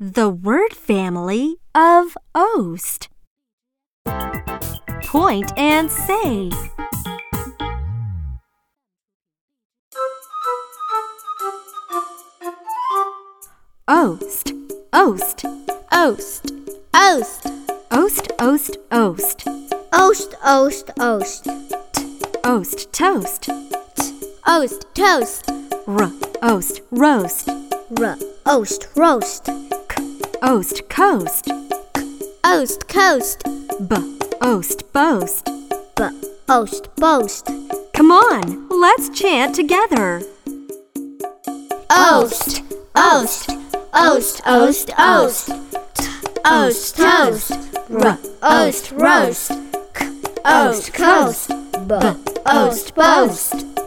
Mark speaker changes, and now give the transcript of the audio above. Speaker 1: The word family of oast. Point and say. Oast, oast,
Speaker 2: Oast. Oast.
Speaker 1: oast, oast, oast,
Speaker 2: Oast, oast, oast.
Speaker 1: oast, toast,
Speaker 2: Oast, toast.
Speaker 1: r, oast, roast,
Speaker 2: R. Oast, roast.
Speaker 1: oast, coast,
Speaker 2: Oast, coast.
Speaker 1: b, oast, boast.
Speaker 2: B. Oast, boast.
Speaker 1: Come on, let's chant together.
Speaker 2: Oast, oast, oast, oast, oast. Oast, toast.
Speaker 1: R,
Speaker 2: Oast, roast. Oast, coast. B. Oast, boast.